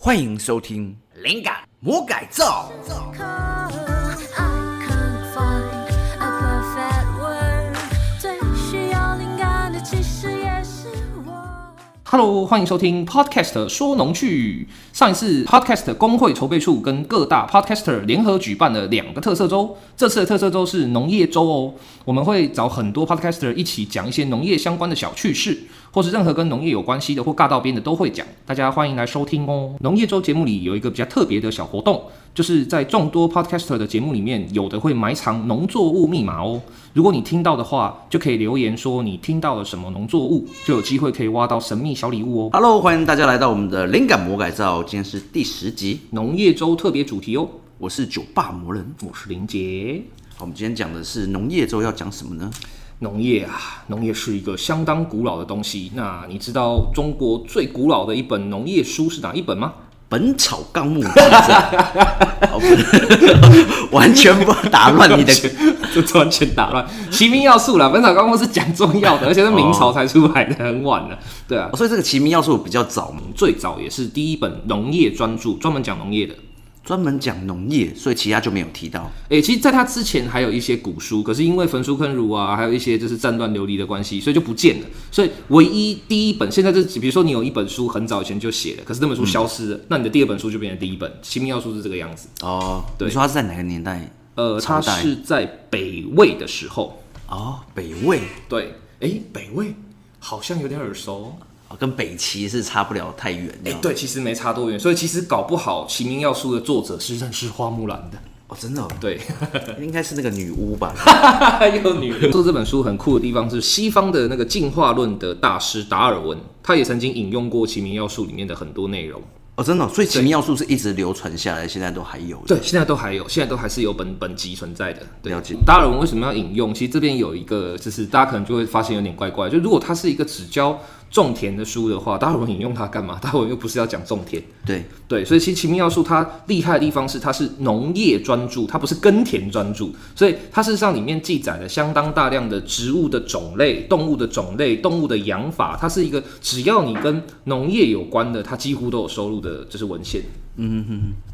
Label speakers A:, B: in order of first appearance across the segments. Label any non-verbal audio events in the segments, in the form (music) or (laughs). A: 欢迎收听
B: 《灵感魔改造》。
C: I can't find a perfect word，最需要灵感的其实也是我。
D: Hello，欢迎收听 Podcast 说农趣。上一次 Podcast 工会筹备处跟各大 Podcaster 联合举办了两个特色周，这次的特色周是农业周哦。我们会找很多 Podcaster 一起讲一些农业相关的小趣事，或是任何跟农业有关系的或尬到边的都会讲，大家欢迎来收听哦。农业周节目里有一个比较特别的小活动，就是在众多 Podcaster 的节目里面，有的会埋藏农作物密码哦。如果你听到的话，就可以留言说你听到了什么农作物，就有机会可以挖到神秘小礼物哦。
B: Hello，欢迎大家来到我们的《灵感魔改造》，今天是第十集，
D: 农业周特别主题哦，
B: 我是酒吧魔人。
D: 我是林杰。
B: 好，我们今天讲的是农业周要讲什么呢？
D: 农业啊，农业是一个相当古老的东西。那你知道中国最古老的一本农业书是哪一本吗？
B: 《本草纲目》 (laughs) 好不是完全不打乱你的
D: (laughs) 这完全打乱。齐民要素啦，《本草纲目》是讲中药的，而且是明朝才出来的，很晚了。对啊
B: (laughs) 哦，，所以这个齐名要素比较早嘛，
D: 最早也是第一本农业专著，专门讲农业的。
B: 专门讲农业，所以其他就没有提到。
D: 诶、其实，在它之前还有一些古书，可是因为焚书坑儒啊，还有一些就是战乱流离的关系，所以就不见了。所以，唯一第一本现在就是，比如说你有一本书很早以前就写了，可是那本书消失了，那你的第二本书就变成第一本。奇妙书是这个样子。
B: 哦，
D: 对
B: 你说它是在哪个年代？
D: 呃，它
B: 朝代
D: 是在北魏的时候，
B: 哦，北魏
D: 对，诶、北魏好像有点耳熟。
B: 哦跟北齐是差不了太远的。
D: 诶、哎对，其实没差多远，所以其实搞不好《齐民要术》的作者是认识花木兰的。
B: 哦，真的哦、
D: 对， (laughs)
B: 应该是那个女巫吧？
D: 又女人。做这本书很酷的地方是，西方的那个进化论的大师达尔文，他也曾经引用过《齐民要术》里面的很多内容。
B: 哦，真的哦、所以奇妙术是一直流传下来，现在都还有的。
D: 对，现在都还有，现在都还是有本本集存在的。对
B: 了解
D: 达尔文为什么要引用？其实这边有一个，就是大家可能就会发现有点怪怪。就如果它是一个只教种田的书的话，达尔文引用它干嘛？达尔文又不是要讲种田。
B: 对，
D: 对，所以其实《奇妙要素》它厉害的地方是，它是农业专注，它不是耕田专注，所以它事实上里面记载了相当大量的植物的种类、动物的种类、动物的养法，它是一个只要你跟农业有关的，它几乎都有收录的，就是文献。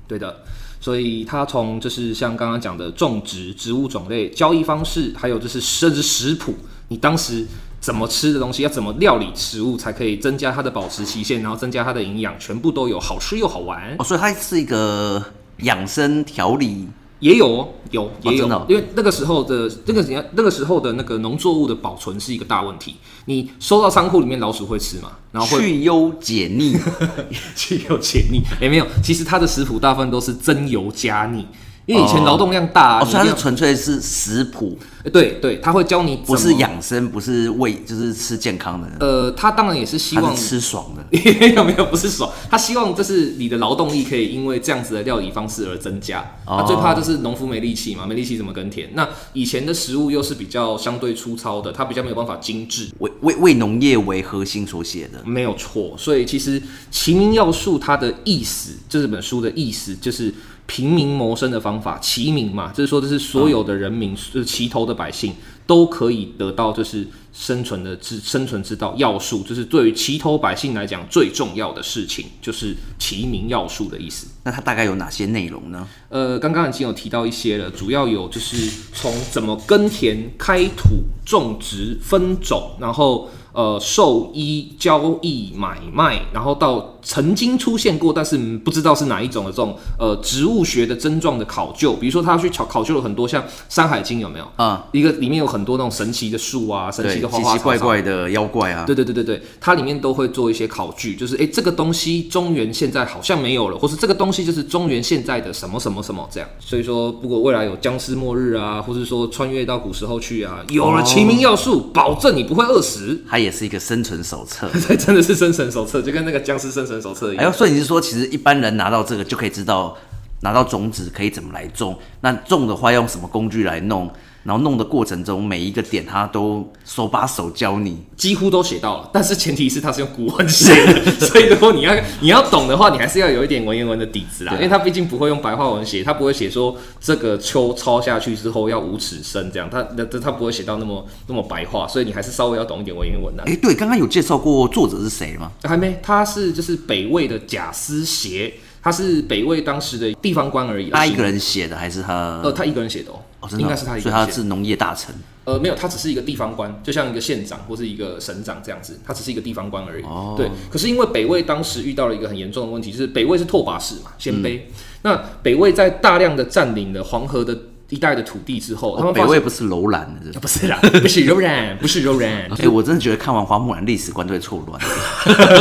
D: 对的，所以它从就是像刚刚讲的种植、植物种类、交易方式，还有就是甚至食谱，你当时怎么吃的东西，要怎么料理食物才可以增加它的保持期限，然后增加它的营养，全部都有，好吃又好玩
B: 哦，，所以它是一个养生调理。
D: 也有哦有也有，
B: 真的哦嗯
D: 因为那个时候的那个那个时候的那个农作物的保存是一个大问题，你收到仓库里面老鼠会吃嘛，然后会
B: 去忧解腻，
D: (laughs) 去油解腻，哎、没有，其实它的食谱大部分都是增油加腻。因为以前劳动量大、啊
B: 哦，
D: 你
B: 所以它
D: 一
B: 是
D: 定要
B: 纯粹是食谱，
D: 欸对对，他会教你怎
B: 不是
D: 么。
B: 养生，不是喂，就是吃健康的，
D: 呃，他当然也是希
B: 它
D: 望
B: 是吃爽的。
D: 没 (laughs) 有没有不是爽，他希望就是你的劳动力可以因为这样子的料理方式而增加。他、
B: 哦
D: 最怕就是农夫没力气嘛，没力气怎么耕田？那以前的食物又是比较相对粗糙的，它比较没有办法精致，
B: 为为为农业为核心所写的，
D: 没有错。所以其实《齐民要术》它的意思，就这本书的意思就是平民谋生的方法，齐民嘛，就是说这是所有的人民，就是齐头的百姓都可以得到就是生存的之生存之道要术，就是对于齐头百姓来讲最重要的事情，就是齐民要术的意思。
B: 那它大概有哪些内容呢？
D: 呃，刚刚已经有提到一些了，主要有就是从怎么耕田、开土、种植、分种，然后呃兽医、交易、买卖，然后到曾经出现过但是不知道是哪一种的这种呃植物学的症状的考究，比如说他去考考究了很多像《山海经》有没有？
B: 啊，
D: 一个里面有很多那种神奇的树啊，神奇
B: 对，
D: 的花
B: 奇
D: 花
B: 奇
D: 草
B: 怪
D: 草。
B: 怪的妖怪啊，
D: 对对对对对，它里面都会做一些考据，就是诶这个东西中原现在好像没有了，或是这个东西就是中原现在的什么什么什么这样。所以说，如果未来有僵尸末日啊，或是说穿越到古时候去啊，有了齐民要
B: 哦
D: 术，保证你不会饿死。 (laughs)
B: 它也是一个生存手册。
D: 这真的是生神手册，就跟那个僵尸生神手册一
B: 哎呦，
D: 样。
B: 所以你是说，其实一般人拿到这个就可以知道，拿到种子可以怎么来种，那种的话用什么工具来弄，然后弄的过程中每一个点他都手把手教你，
D: 几乎都写到了，但是前提是它是用古文写 (laughs) 的，所以如果你要你要懂的话，你还是要有一点文言文的底子啦，
B: 对啊
D: 因为它毕竟不会用白话文写，它不会写说这个秋抄下去之后要五尺深这样，它它它不会写到那么那么白话，所以你还是稍微要懂一点文言文啊的。
B: 哎、对，刚刚有介绍过作者是谁吗？
D: 还没，他是就是北魏的贾思勰，他是北魏当时的地方官而已啦，
B: 他一个人写的还是他？
D: 呃，他一个人写的哦，
B: 哦，真的哦，
D: 应该是他一个
B: 所以
D: 人
B: 他
D: 写的。
B: 是农业大臣。
D: 呃，没有，他只是一个地方官，就像一个县长或是一个省长这样子，他只是一个地方官而已。
B: 哦
D: 对，可是因为北魏当时遇到了一个很严重的问题，就是北魏是拓跋氏嘛，鲜卑。
B: 嗯
D: 那北魏在大量的占领了黄河的一带的土地之后，他
B: 哦
D: 们
B: 北
D: 发
B: 魏
D: 现。
B: 不是楼兰的是
D: 啊
B: 吧。
D: 不是啦，不是柔然，不是柔
B: (laughs)
D: 然，
B: 哎、我真的觉得看完《花木兰》，历史观都会错乱。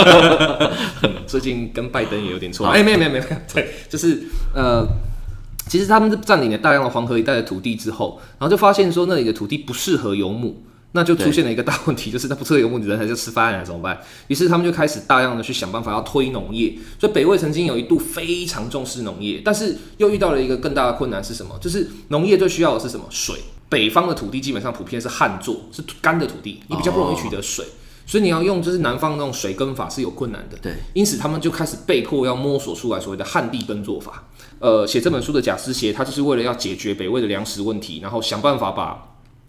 D: (laughs) 最近跟拜登也有点错。哎、没有没有没有，没有 (laughs) 对，就是呃，其实他们是占领了大量的黄河一带的土地之后，然后就发现说那里的土地不适合游牧。那就出
B: 对
D: 现了一个大问题，就是它不适合游牧，人还是要吃饭啊，怎么办？于是他们就开始大量的去想办法要推农业。所以北魏曾经有一度非常重视农业，但是又遇到了一个更大的困难是什么？就是农业最需要的是什么？水。北方的土地基本上普遍是旱作，是干的土地，你比较不容易取得水。所以你要用就是南方那种水耕法是有困难的，
B: 对
D: 因此他们就开始被迫要摸索出来所谓的旱地耕作法。呃，写这本书的贾思勰，他就是为了要解决北魏的粮食问题，然后想办法把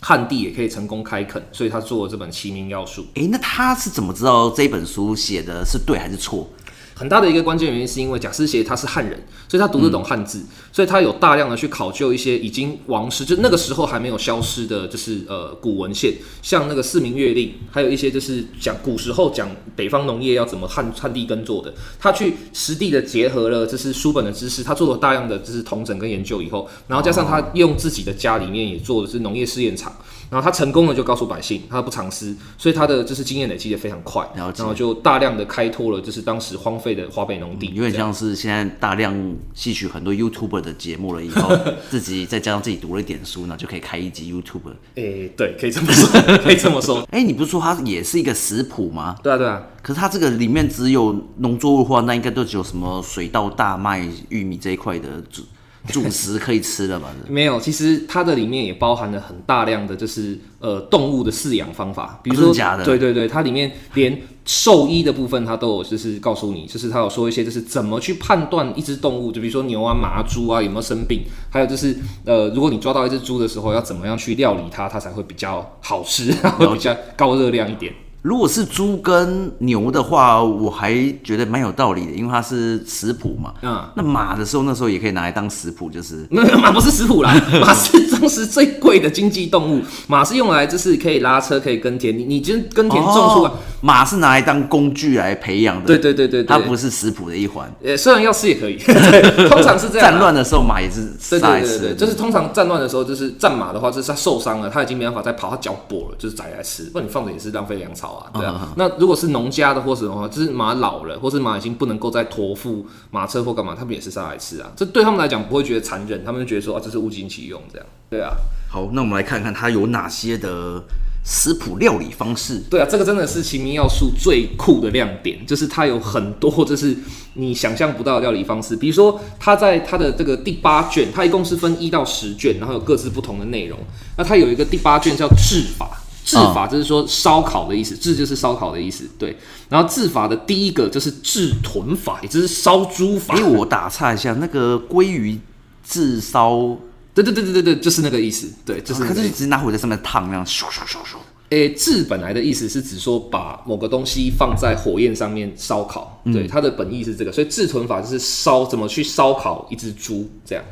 D: 旱地也可以成功开垦，所以他做了这本《齐民要术》。
B: 哎、那他是怎么知道这本书写的是对还是错？
D: 很大的一个关键原因是因为贾思勰他是汉人，所以他读得懂汉字，所以他有大量的去考究一些已经亡失，就那个时候还没有消失的，就是呃古文献，像那个《四民月令》，还有一些就是讲古时候讲北方农业要怎么旱旱地耕作的，他去实地的结合了就是书本的知识，他做了大量的就是统整跟研究以后，然后加上他用自己的家里面也做的是农业试验场。然后他成功了，就告诉百姓，他不藏私，所以他的就是经验累积的非常快，然
B: 了
D: 后
B: 解
D: 就大量的开拓了，就是当时荒废的华北农地，
B: 有点
D: 这样
B: 像是现在大量吸取很多 YouTuber 的节目了以
D: (laughs)
B: 后，自己再加上自己读了一点书呢，就可以开一集 YouTuber。
D: 诶、对，可以这么说， (laughs) 可以这么说。
B: 哎、你不是说它也是一个食谱吗？
D: 对啊，对啊，
B: 可是它这个里面只有农作物的话，那应该都只有什么水稻、大麦、玉米这一块的主主食可以吃了吧？ (laughs)
D: 没有，其实它的里面也包含了很大量的就是呃动物的饲养方法，比如
B: 哦
D: 说、
B: 真的假的
D: 对对对，它里面连兽医的部分它都有就是告诉你，就是它有说一些就是怎么去判断一只动物，就比如说牛啊、马啊、猪啊有没有生病，还有就是呃如果你抓到一只猪的时候，要怎么样去料理它，它才会比较好吃，然后比较高热量一点。
B: 如果是猪跟牛的话，我还觉得蛮有道理的，因为它是食谱嘛。
D: 嗯
B: 那马的时候，那时候也可以拿来当食谱，就是
D: 没有马不是食谱啦， (laughs) 马是当时最贵的经济动物，马是用来就是可以拉车，可以耕田，你你就耕田种出来。
B: 哦马是拿来当工具来培养的。
D: 对对对对对，
B: 它不是食谱的一环。
D: 呃，虽然要吃
B: (laughs)
D: 也可以，对通常是这样啊。
B: 战乱的时候马也是
D: 对
B: 杀
D: 对
B: 来
D: 对对
B: 吃
D: 对，
B: 的，
D: 就是通常战乱的时候，就是战马的话，就是它受伤了，它已经没办法再跑，它脚跛了，就是宰来吃，不然你放着也是浪费粮草啊，对啊。那如果是农家的或什么的话，就是马老了，或是马已经不能够再驮负马车或干嘛，他们也是杀来吃啊。这对他们来讲不会觉得残忍，他们就觉得说啊，这是物尽其用这样，对啊。
B: 好，那我们来看看它有哪些的食谱料理方式。
D: 对啊，这个真的是奇民要素最酷的亮点，就是它有很多就是你想象不到的料理方式。比如说，它在它的这个第八卷，它一共是分一到十卷，然后有各自不同的内容。那它有一个第八卷叫制法，制
B: 啊
D: 法就是说烧烤的意思，制就是烧烤的意思，对。然后制法的第一个就是制豚法，也就是烧猪法。
B: 哎、我打岔一下，那个鲑鱼炙烧，啊
D: 对对对对对对，就是那个意思，对，就是那
B: 可
D: 个意
B: 是
D: 思。
B: 只拿火在上面烫，那样咻咻咻咻。
D: 诶，炙本来的意思是指说把某个东西放在火焰上面烧烤，对，它的本意是这个，所以制豚法就是烧怎么去烧烤一只猪这样。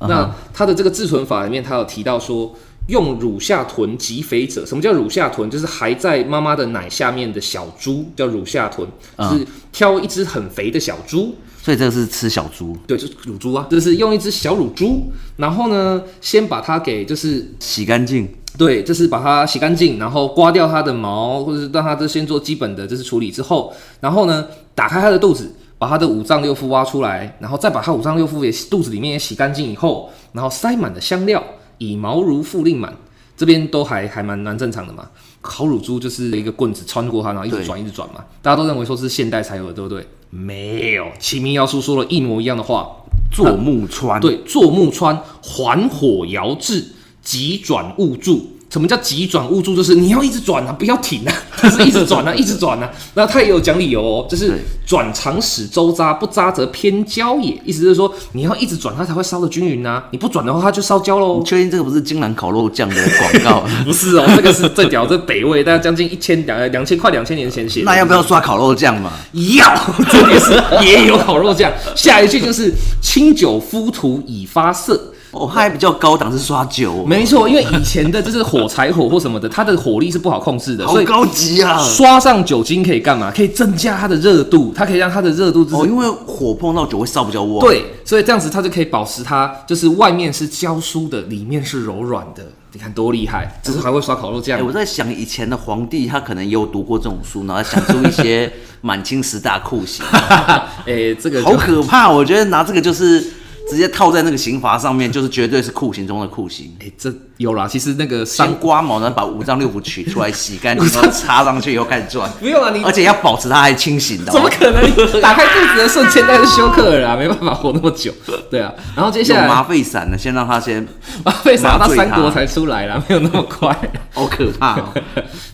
D: 那它的这个制豚法里面，它有提到说，用乳下豚及肥者，什么叫乳下豚？就是还在妈妈的奶下面的小猪叫乳下豚，就是挑一只很肥的小猪，
B: 所以这个是吃小猪，
D: 对，就是乳猪啊，就是用一只小乳猪，然后呢，先把它给就是
B: 洗干净。
D: 对，就是把它洗干净，然后刮掉它的毛，或者是让它这先做基本的就是处理之后，然后呢，打开它的肚子，把它的五脏六腑挖出来，然后再把它五脏六腑也肚子里面也洗干净以后，然后塞满了香料，以毛如复令满，这边都还还蛮蛮正常的嘛。烤乳猪就是一个棍子穿过它，然后一直
B: 对
D: 转一直转嘛，大家都认为说是现代才有的，对不对？没有，齐民要叔说了一模一样的话，
B: 做木川，，
D: 对，坐木川，缓火摇制，急转勿助。什么叫急转勿助？就是你要一直转啊，不要停啊， (laughs) 就是一直转
B: (laughs)
D: 啊，一直转啊。那他也有讲理由哦，就是
B: 对
D: 转常使周匝，不扎则偏焦也。意思就是说，你要一直转，它才会烧得均匀呐、你不转的话，它就烧焦喽
B: 你。确定这个不是金兰烤肉酱的广
D: (laughs)
B: 告？
D: 不是哦，这个是最屌，这北魏大概将近一千两两千快两千年前写的。
B: 那要不要刷烤肉酱嘛？
D: 要， (laughs) 重点是也有烤肉酱。下一句就是清酒敷涂以发色。
B: 哦，它还比较高档，是刷酒，
D: 没错，因为以前的就是火柴火或什么的，它的火力是不好控制的，
B: 好
D: 所以
B: 高级啊！
D: 刷上酒精可以干嘛？可以增加它的热度，它可以让它的热度就
B: 哦，
D: 是。
B: 因为火碰到酒会烧比较旺。，
D: 对，所以这样子它就可以保持它，就是外面是焦酥的，里面是柔软的，你看多厉害！只是还会刷烤肉酱
B: 哎，，我在想以前的皇帝，他可能也有读过这种书，然后想出一
D: (laughs)
B: 些满清十大酷刑，
D: 哎，这个就
B: 好可怕！我觉得拿这个就是直接套在那个刑罚上面，就是绝对是酷刑中的酷刑。
D: 哎，这有啦。其实那个
B: 先
D: 伤
B: 刮毛，然后把五脏六腑取出来洗
D: (laughs)
B: 干净，然后插上去以后开始转，
D: 不用啊，你
B: 而且要保持它还清醒的哦。
D: 怎么可 (laughs) 能？打开肚子的瞬间，那是休克了啦，没办法活那么久。对啊，然后接
B: 有
D: 下来
B: 麻醉散呢？先让他先，
D: (laughs) 麻费撒到
B: 麻醉
D: 三
B: 它
D: 国才出来啦，没有那么快。
B: 好可怕哦！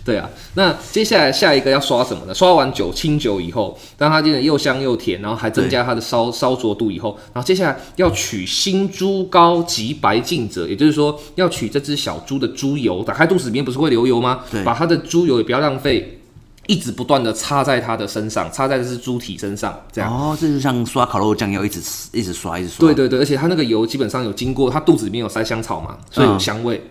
D: 对啊，那接下来下一个要刷什么呢？刷完酒清酒以后，让它变得又香又甜，然后还增加它的烧烧灼度以后，然后接下来要取新猪膏及白净者，也就是说要取这只小猪的猪油，打开肚子里面不是会流油吗？
B: 对
D: 把它的猪油也不要浪费，一直不断的擦在它的身上，擦在这只猪体身上， (laughs) 这样。
B: 哦，这就像刷烤肉酱要一直吃一直刷一直刷。
D: 对对对，而且它那个油基本上有经过，它肚子里面有塞香草嘛，所以有
B: 嗯
D: 香味。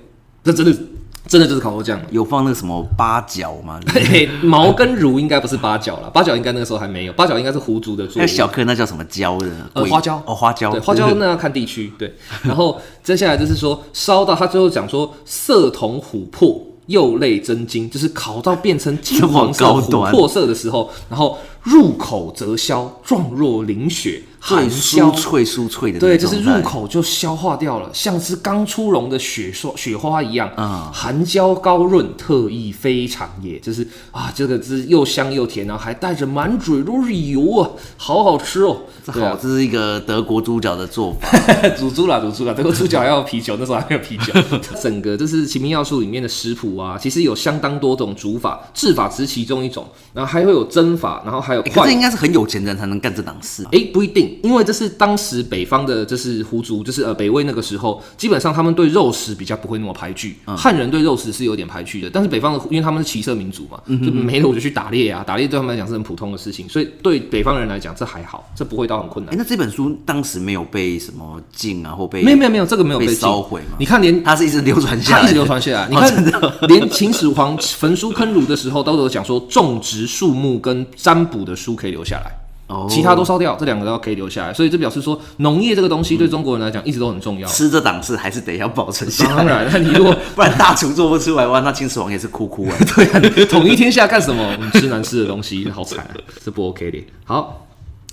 D: 这真的真的就是烤肉酱了。
B: 有放那个什么八角
D: (laughs)
B: 吗？
D: 嘿嘿毛跟乳应该不是八角了，八角应该那个时候还没有，八角应该是胡族的作
B: 那个
D: 物。
B: 哎小颗那叫什么椒的？
D: 呃
B: 鬼
D: 花椒
B: 哦，花椒，
D: 对，花椒那要看地区。对，然后接下来就是说烧到它最后讲说色同琥珀。釉类真晶，就是烤到变成金黄色、
B: 这么高
D: 琥
B: 端
D: 珀色的时候，然后入口则消，状若凝血，
B: 最
D: 含
B: 酥
D: 消
B: 脆酥脆的那种，
D: 对，就是入
B: 对
D: 口就消化掉了，像是刚出笼的雪霜雪花一样，
B: 嗯
D: 含胶高润，特意非常也，就是啊，这个是又香又甜，然后还带着满嘴都是油啊，好好吃哦。
B: 这
D: 对
B: 好，
D: 啊，
B: 这是一个德国猪脚的做法。
D: (laughs) 煮猪啦，煮猪啦，这个猪脚要有啤酒，那时候还没有啤酒。 (laughs) 整个就是《齐名要术》里面的食谱啊，其实有相当多种煮法，制法只是其中一种，然后还会有蒸法，然后还有
B: 欸可
D: 快
B: 是应该是很有钱人才能干这档事。
D: 诶，不一定，因为这是当时北方的，就是胡族，就是呃北魏那个时候，基本上他们对肉食比较不会那么排拒，
B: 嗯
D: 汉人对肉食是有点排拒的，但是北方的，因为他们是骑射民族嘛，
B: 嗯
D: 就没了我就去打猎啊，打猎对他们来讲是很普通的事情，所以对北方人来讲这还好，这不会到很困
B: 哎、
D: 难。
B: 那这本书当时没有被什么禁啊，或被
D: 没有没有没有，这个没有
B: 被
D: 禁
B: 烧毁吗
D: 你看连
B: 它是一哦直流传下
D: 它
B: 来，
D: 一直流传下来。你看， (laughs) 连秦始皇焚书坑儒的时候，都有讲说种植树木跟占卜的书可以留下来。
B: 哦
D: 其他都烧掉，这两个都可以留下来，所以这表示说，农业这个东西对中国人来讲一直都很重要。
B: 吃这档事嗯还是得要保存下
D: 当
B: 来，
D: 然，那你如果
B: (laughs) 不然大厨做不出来哇，那秦始皇也是哭哭啊。
D: (laughs) 对啊，你统一天下干什么？我们吃难吃的东西，好惨啊，这不 OK 的。好，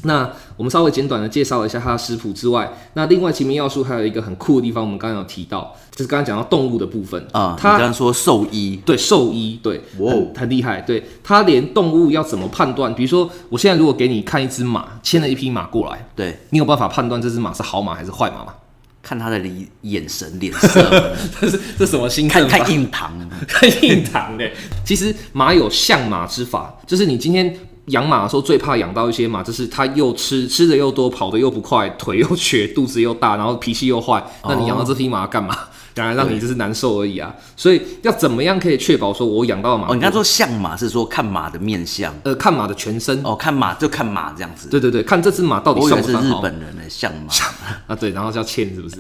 D: 那我们稍微简短的介绍一下它的食谱之外，那另外《齐名要术》还有一个很酷的地方，我们刚刚有提到，就是刚刚讲到动物的部分
B: 啊、你
D: 它
B: 刚刚说兽医，
D: 对兽医，对，
B: 哇哦
D: 很很厉害。对他连动物要怎么判断，比如说我现在如果给你看一只马，牵了一匹马过来，
B: 对，
D: 你有办法判断这只马是好马还是坏马吗？
B: 看他的眼眼神、脸
D: (laughs)
B: 色，
D: 这是这什么心
B: 看
D: 看
B: 看印
D: (laughs)
B: 堂，
D: 看印堂的。欸其实马有相马之法，就是你今天。养马的时候最怕养到一些马，就是它又吃吃的又多，跑得又不快，腿又瘸，肚子又大，然后脾气又坏。
B: 哦
D: 那你养到这匹马干嘛？当然让你就是难受而已啊。所以要怎么样可以确保说我养到的马？
B: 哦，你刚才说相马是说看马的面相，
D: 呃看马的全身
B: 哦，看马就看马这样子。
D: 对对对，看这只马到底
B: 我以
D: 算
B: 为
D: 不
B: 是
D: 算
B: 日
D: 好
B: 本人的相马，
D: 啊？对，然后叫欠是不是？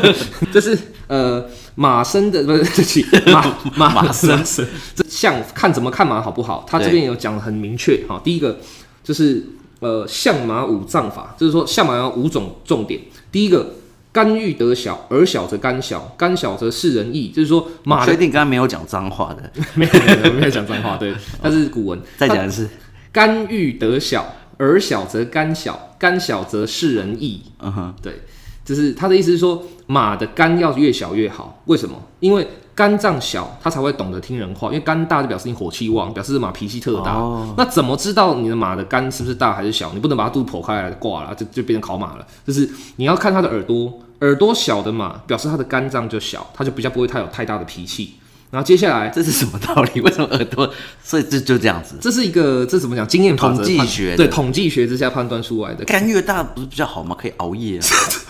D: (laughs) 就是呃马身的不是对不起马 (laughs) 啊马
B: 马 (laughs) 身
D: 是这像看怎么看马好不好？他这
B: 对
D: 边有讲得很明确哈、第一个就是呃相马五脏法，就是说相马有五种重点。第一个肝欲得小，而小则肝小，肝小则世人易，就是说马
B: 确
D: 的
B: 定刚刚没有讲脏话的，
D: (laughs) 没有没有没有讲脏
B: (laughs)
D: 话，对，它是古文。
B: 再讲一次。
D: 肝欲得小，而小则肝小，肝小则世人易。
B: 嗯哼，
D: 对，就是他的意思是说，马的肝要越小越好。为什么？因为肝脏小，它才会懂得听人话。因为肝大就表示你火气旺，表示马脾气特大。
B: 哦
D: 那怎么知道你的马的肝是不是大还是小？你不能把它肚子剖开来挂了，就就变成烤马了。就是你要看它的耳朵。耳朵小的马表示它的肝脏就小，它就比较不会太有太大的脾气。然后接下来，
B: 这是什么道理？为什么耳朵？所以这就这样子，
D: 这是一个这怎么讲？经验法则
B: 统计
D: 判
B: 学的
D: 对统计学之下判断出来的。
B: 肝越大不是比较好吗？可以熬夜啊。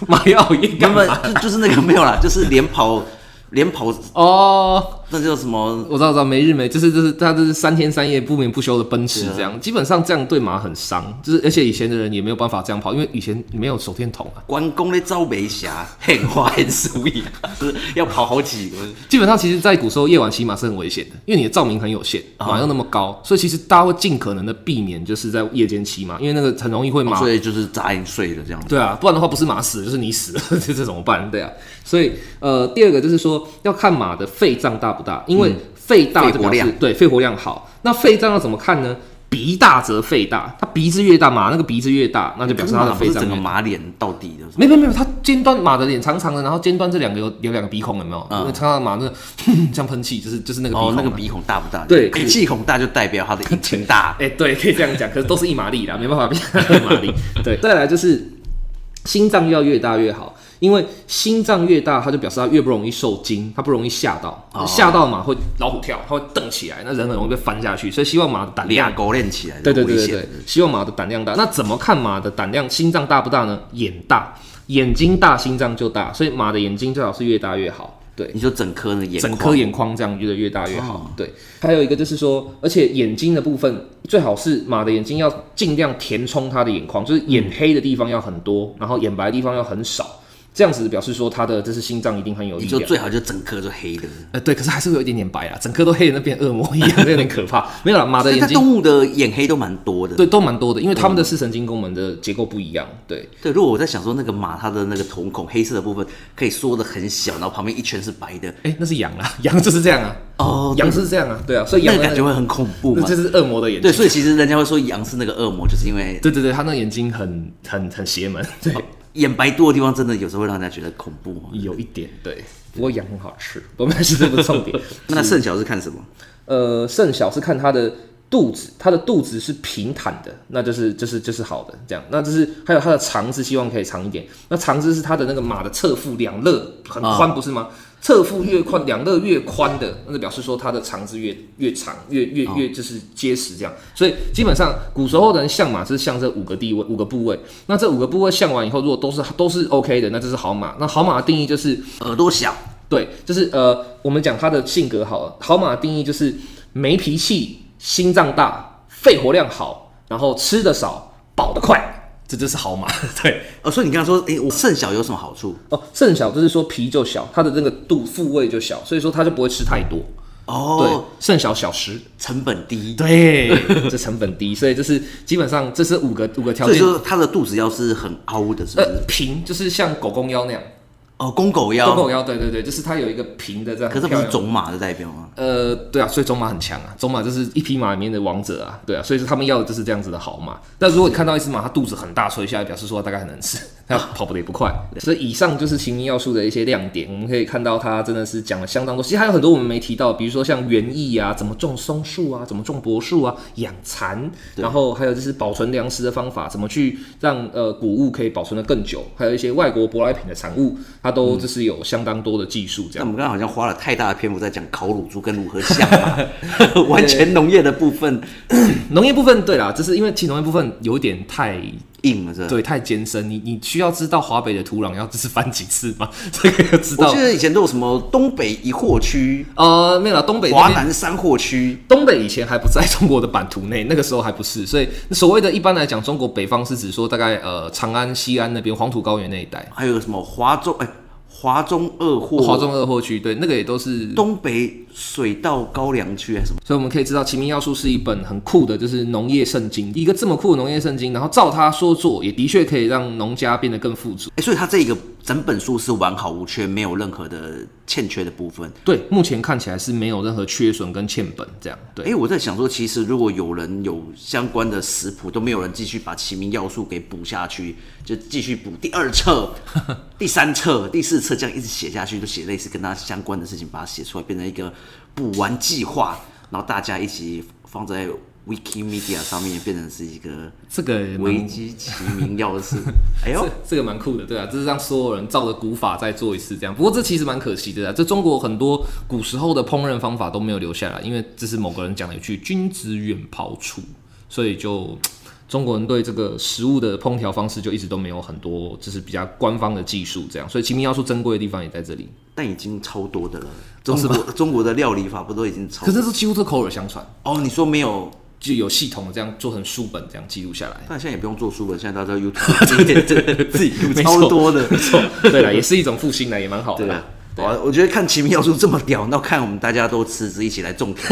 D: 马要一
B: 那
D: 干
B: 么
D: 嘛？
B: 就就是那个没有啦，就是连跑连跑，
D: 哦，
B: 那叫什么？
D: 我知道，我知道，没日没，就是就是他就是三天三夜不眠不休的奔驰这样，基本上这样对马很伤，就是而且以前的人也没有办法这样跑，因为以前没有手电筒啊，
B: 关公的赵梅霞，很花很俗意，就是要跑好几个。
D: 基本上其实，在古时候夜晚骑马是很危险的，因为你的照明很有限，马又那么高，所以其实大家会尽可能的避免就是在夜间骑马，因为那个很容易会马
B: 所以就是眨眼睡了这样子。
D: 对啊，不然的话不是马死了就是你死了， (laughs) 这这怎么办？对啊，所以呃，第二个就是说要看马的肺脏大不大，因为肺大
B: 嗯肺
D: 就
B: 活
D: 表示
B: 量
D: 对肺活量好。那肺脏要怎么看呢？鼻大则肺大，它鼻子越大，马那个鼻子越大，那就表示它的
B: 不
D: 肺
B: 是
D: 脏
B: 整
D: 越
B: 个
D: 大。
B: 马脸到底的，
D: 没没没有，它尖端马的脸长长的，然后尖端这两个有有两个鼻孔，有没有？
B: 嗯
D: 那长长的马那个 (laughs) 像喷气，就是就是那个鼻孔
B: 哦
D: 啊、，
B: 那个鼻孔大不大？
D: 对
B: 哎气孔大就代表它的引擎
D: (laughs)
B: 大。
D: 哎、对，可以这样讲，可是都是一马力啦，没办法变二马 (laughs) 力。对，再来就是心脏要越大越好，因为心脏越大，它就表示它越不容易受惊，它不容易吓到，
B: 哦
D: 吓到马会老虎跳，它会蹬起来，那人很容易被翻下去，所以希望马的胆量
B: 俩。狗练起来，
D: 对对对
B: 危
D: 对
B: 险
D: 对，希望马的胆量大。那怎么看马的胆量、心脏大不大呢？眼大，眼睛大，心脏就大，所以马的眼睛最好是越大越好。对，
B: 你说整颗的眼，
D: 整颗，眼眶这样越越大越好。
B: 哦
D: 对，还有一个就是说，而且眼睛的部分最好是马的眼睛要尽量填充它的眼眶，就是
B: 嗯
D: 眼黑的地方要很多，然后眼白的地方要很少，这样子表示说它的这是心脏一定很有力
B: 你就
D: 量。
B: 最好就整颗就黑的。
D: 呃，对，可是还是会有一点点白啊，整颗都黑的那变恶魔一样，有点可怕。没有啦，马的
B: 所以
D: 眼
B: 它
D: 睛
B: 动物嗯的眼黑都蛮多的。
D: 对都蛮多的，因为它们的视神经跟我们的结构不一样。对，
B: 对，如果我在想说那个马它的那个瞳孔黑色的部分可以缩的很小，然后旁边一圈是白的，
D: 哎，那是羊啦， (laughs) 羊就是这样啊，
B: 哦，
D: 羊是这样啊，对啊，所以
B: 那
D: 羊
B: 个
D: 的
B: 感觉会很恐怖
D: 那
B: 嘛
D: 这。是恶魔的眼睛。
B: 对，所以其实人家会说羊是那个恶魔，就是因为
D: 对对对，他那个眼睛很很很邪门，对。
B: 眼白多的地方真的有时候会让人家觉得恐怖哦。
D: (laughs) 有一点对，不过羊很好吃，我们是这不是重点。
B: 那肾小是看什么？
D: 呃，肾小是看它的肚子，它的肚子是平坦的，那就是就是就是好的这样。那就是还有它的肠子，希望可以长一点。那肠子是它的那个马的侧腹两肋很宽，不是吗？侧腹越宽，两肋越宽的，那就表示说它的肠子越越长，越越越就是结实这样。所以基本上古时候的人相马是像这五个地位、五个部位。那这五个部位相完以后，如果都是都是 OK 的，那这是好马。那好马的定义就是
B: 耳朵小，
D: 对，就是呃，我们讲他的性格好了，好马的定义就是没脾气，心脏大，肺活量好，然后吃的少，跑得快，这就是好
B: (laughs)
D: 马。对，
B: 哦，所以你刚刚说，哎、我肾小有什么好处？
D: 哦，肾小就是说脾就小，它的这个肚腹胃就小，所以说它就不会吃太多。对
B: 哦，，
D: 肾小小食，
B: 成本低，
D: 对， (laughs) 这成本低，所以这是基本上这是五个五个条
B: 所以
D: 件。
B: 说它的肚子要是很凹的，是不是？
D: 呃，平就是像狗公腰那样，
B: 哦，公狗
D: 狗
B: 腰，
D: 公腰，对对对，就是它有一个平的这样。
B: 可是不
D: 漂
B: 是
D: 亮
B: 种马的代表吗？
D: 呃，对啊，所以种马很强啊，种马就是一匹马里面的王者啊，对啊，所以说他们要的就是这样子的好马。但如果你看到一只马，它肚子很大，所以下来表示说它大概很能吃， (laughs) 它跑步的也不快。所以以上就是行名要素的一些亮点，我们可以看到它真的是讲了相当多。其实还有很多我们没提到，比如说像园艺啊，怎么种松树啊，怎么种柏树啊，养蚕，然后还有就是保存粮食的方法，怎么去让呃谷物可以保存的更久，还有一些外国舶来品的产物，它都就是有相当多的技术这
B: 那
D: 样
B: 我。们刚刚好像花了太大的篇幅在讲烤乳猪跟如何下
D: (laughs)
B: 马，完全农业的部分
D: 农业部分对啦，就是因为其实农业部分有点太
B: 硬了，是吧？
D: 对太艰深，你你需要知道华北的土壤要就是翻几次吗？ (laughs) 这个要知
B: 我
D: 道
B: 记。得以前都有什么东北一货区、
D: 呃，没有啦，东北那边
B: 华南三货区，
D: 东北以前还不在中国的版图内， (laughs) 那个时候还不是，所以所谓的一般来讲，中国北方是指说大概呃长安、西安那边黄土高原那一带，
B: 还有什么华中哎、华中二货、
D: 哦华中二货区，对，那个也都是
B: 东北水稻高粱区还是什么？
D: 所以我们可以知道，《齐民要术》是一本很酷的，就是农业圣经，一个这么酷的农业圣经，然后照它说做，也的确可以让农家变得更富足。
B: 哎、所以它这个整本书是完好无缺，没有任何的欠缺的部分。
D: 对，目前看起来是没有任何缺损跟欠本这样。对，
B: 哎、我在想说，其实如果有人有相关的食谱，都没有人继续把齐名要素给补下去，就继续补第二册、第三册、第四册，这样一直写下去，就写类似跟它相关的事情，把它写出来，变成一个补完计划，然后大家一起放在 Wikimedia 上面变成是一个
D: 这个也蛮
B: 维基齐名要事。哎呦
D: 这，这个蛮酷的，对啊，这是让所有人照着古法再做一次这样。不过这其实蛮可惜的啊，这中国很多古时候的烹饪方法都没有留下来，因为这是某个人讲的一句“君子远庖厨”，所以就中国人对这个食物的烹调方式就一直都没有很多，就是比较官方的技术这样。所以齐民要素珍贵的地方也在这里，
B: 但已经超多的了。中国中国的料理法不都已经超
D: 可？是这几乎都口耳相传，
B: 哦，你说没有？
D: 就有系统的这样做成书本这样记录下来。
B: 但现在也不用做书本，现在大家 (laughs) 都 YouTube 对对对，自己 YouTube
D: 没错
B: 超多的。
D: 对了，也是一种复兴呢，也蛮好的
B: 对
D: 啦
B: 啊。，我我觉得看奇妙树这么屌，那看我们大家都辞职一起来种田，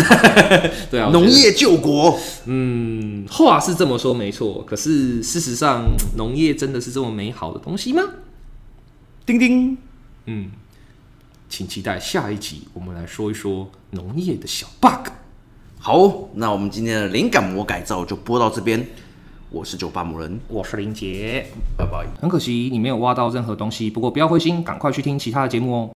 D: 对啊，我觉得
B: 农业救国。
D: 嗯话是这么说没错，可是事实上，农业真的是这么美好的东西吗？
B: 叮叮，
D: 嗯，请期待下一集，我们来说一说农业的小 bug。
B: 好，那我们今天的灵感魔改造就播到这边。我是酒吧魔人，
D: 我是林杰，
B: 拜拜。
D: 很可惜你没有挖到任何东西，不过不要灰心，赶快去听其他的节目哦。